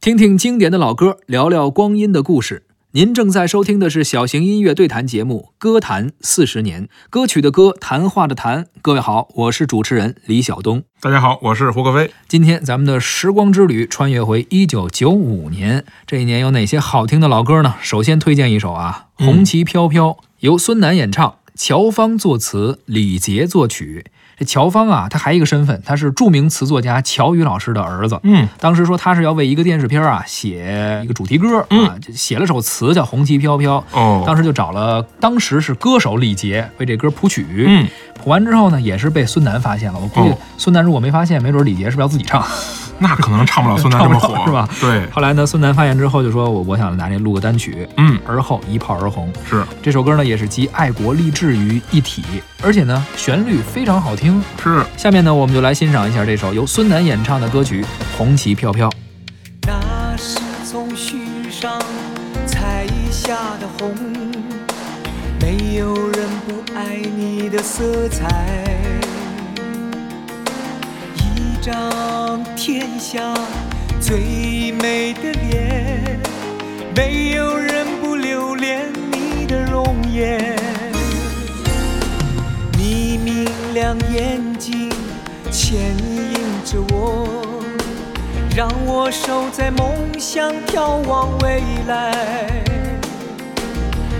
听听经典的老歌，聊聊光阴的故事。您正在收听的是小型音乐对谈节目《歌坛四十年》，歌曲的歌，谈话的谈。各位好，我是主持人李晓东。大家好，我是胡可飞。今天咱们的时光之旅穿越回一九九五年，这一年有哪些好听的老歌呢？首先推荐一首啊，《红旗飘飘》，由孙楠演唱，乔芳作词，李杰作曲。这乔芳啊，他还一个身份，他是著名词作家乔羽老师的儿子。嗯，当时说他是要为一个电视片啊写一个主题歌嗯啊，就写了首词叫《红旗飘飘》。哦，当时就找了，当时是歌手李杰为这歌谱曲，嗯，谱完之后呢，也是被孙楠发现了。我估计哦孙楠如果没发现，没准李杰是不是要自己 唱？那可能唱不了孙楠这么 唱不了火，是吧？对，后来呢，孙楠发现之后就说：“我我想拿这录个单曲。”嗯，而后一炮而红。是这首歌呢，也是集爱国励志于一体，而且呢，旋律非常好听。是，下面呢，我们就来欣赏一下这首由孙楠演唱的歌曲《红旗飘飘》。那是从须上采下的红，没有人不爱你的色彩。一张天下最美的脸，没有人不留恋你的容颜。你明亮眼睛牵引着我，让我守在梦想，眺望未来。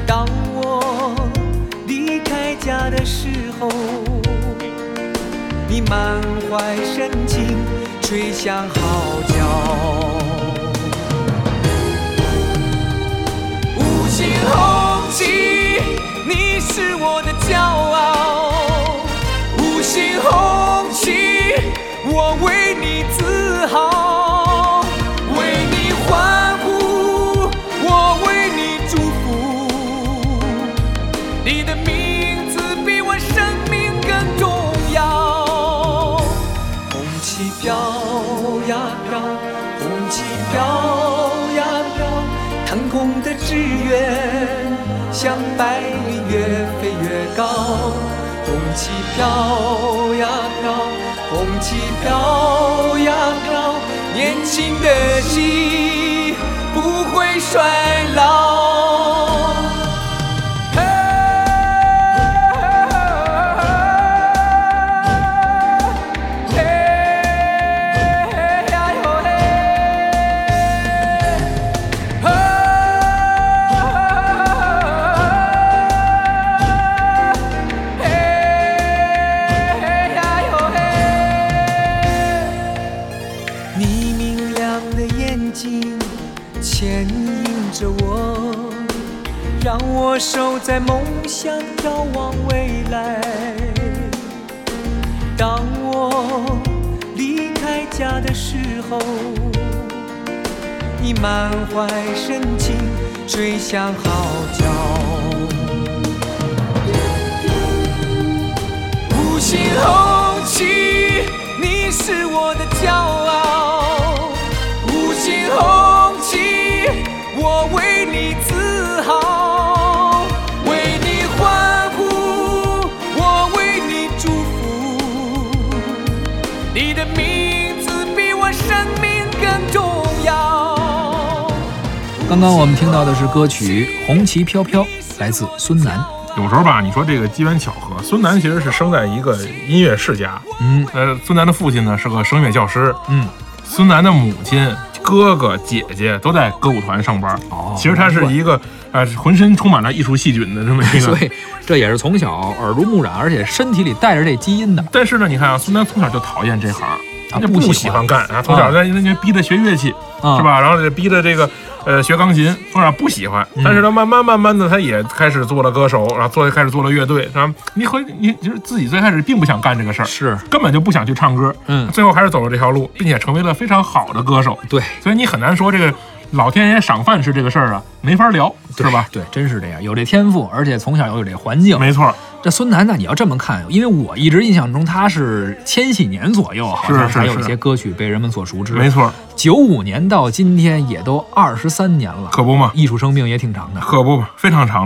当我离开家的时候，你满怀深情吹响号角。五星红旗，你是我的骄傲。五星红旗，我为你自豪，为你欢呼，我为你祝福。你的名字比我生命更重要。红旗飘呀飘，红旗飘呀飘，腾空的志愿像白云越飞越高。红旗飘呀飘，红旗飘呀飘，年轻的心不会衰老。嘿。嘿呀哟嘿，嘿嘿呀哟嘿。你明亮的眼睛牵引着我，让我守在梦想，眺望未来。当我离开家的时候，你满怀深情吹响号角。五星红旗，你是我的骄傲。五星红旗，我为你自豪，为你欢呼，我为你祝福。你的名字比我生命更重要。刚刚我们听到的是歌曲《红旗飘飘》，来自孙楠。有时候吧，你说这个机缘巧合，孙楠其实是生在一个音乐世家，嗯呃，孙楠的父亲呢是个声乐教师，嗯，孙楠的母亲、哥哥、姐姐都在歌舞团上班。哦其实他是一个呃浑身充满了艺术细菌的这么一所个。以这也是从小耳濡目染，而且身体里带着这基因的。但是呢，你看啊，孙楠从小就讨厌这行，他就啊不喜不欢喜欢干啊，从小在那就逼着学乐器，啊是吧？然后就逼着这个呃学钢琴，从小不喜欢，但嗯是他慢慢慢慢的，他也开始做了歌手，然后做开始做了乐队，然后你和你就是自己最开始并不想干这个事儿，是，根本就不想去唱歌，嗯最后还是走了这条路，并且成为了非常好的歌手，对，所以你很难说这个老天爷赏饭吃这个事儿啊，没法聊，是吧？对，真是这样，有这天赋，而且从小又有这环境。没错，这孙楠呢，你要这么看，因为我一直印象中他是千禧年左右，好像是是还有一是些歌曲被人们所熟知。没，错，九五年到今天也都二十三年了，可不嘛，艺术生命也挺长的。可不嘛，非常长了。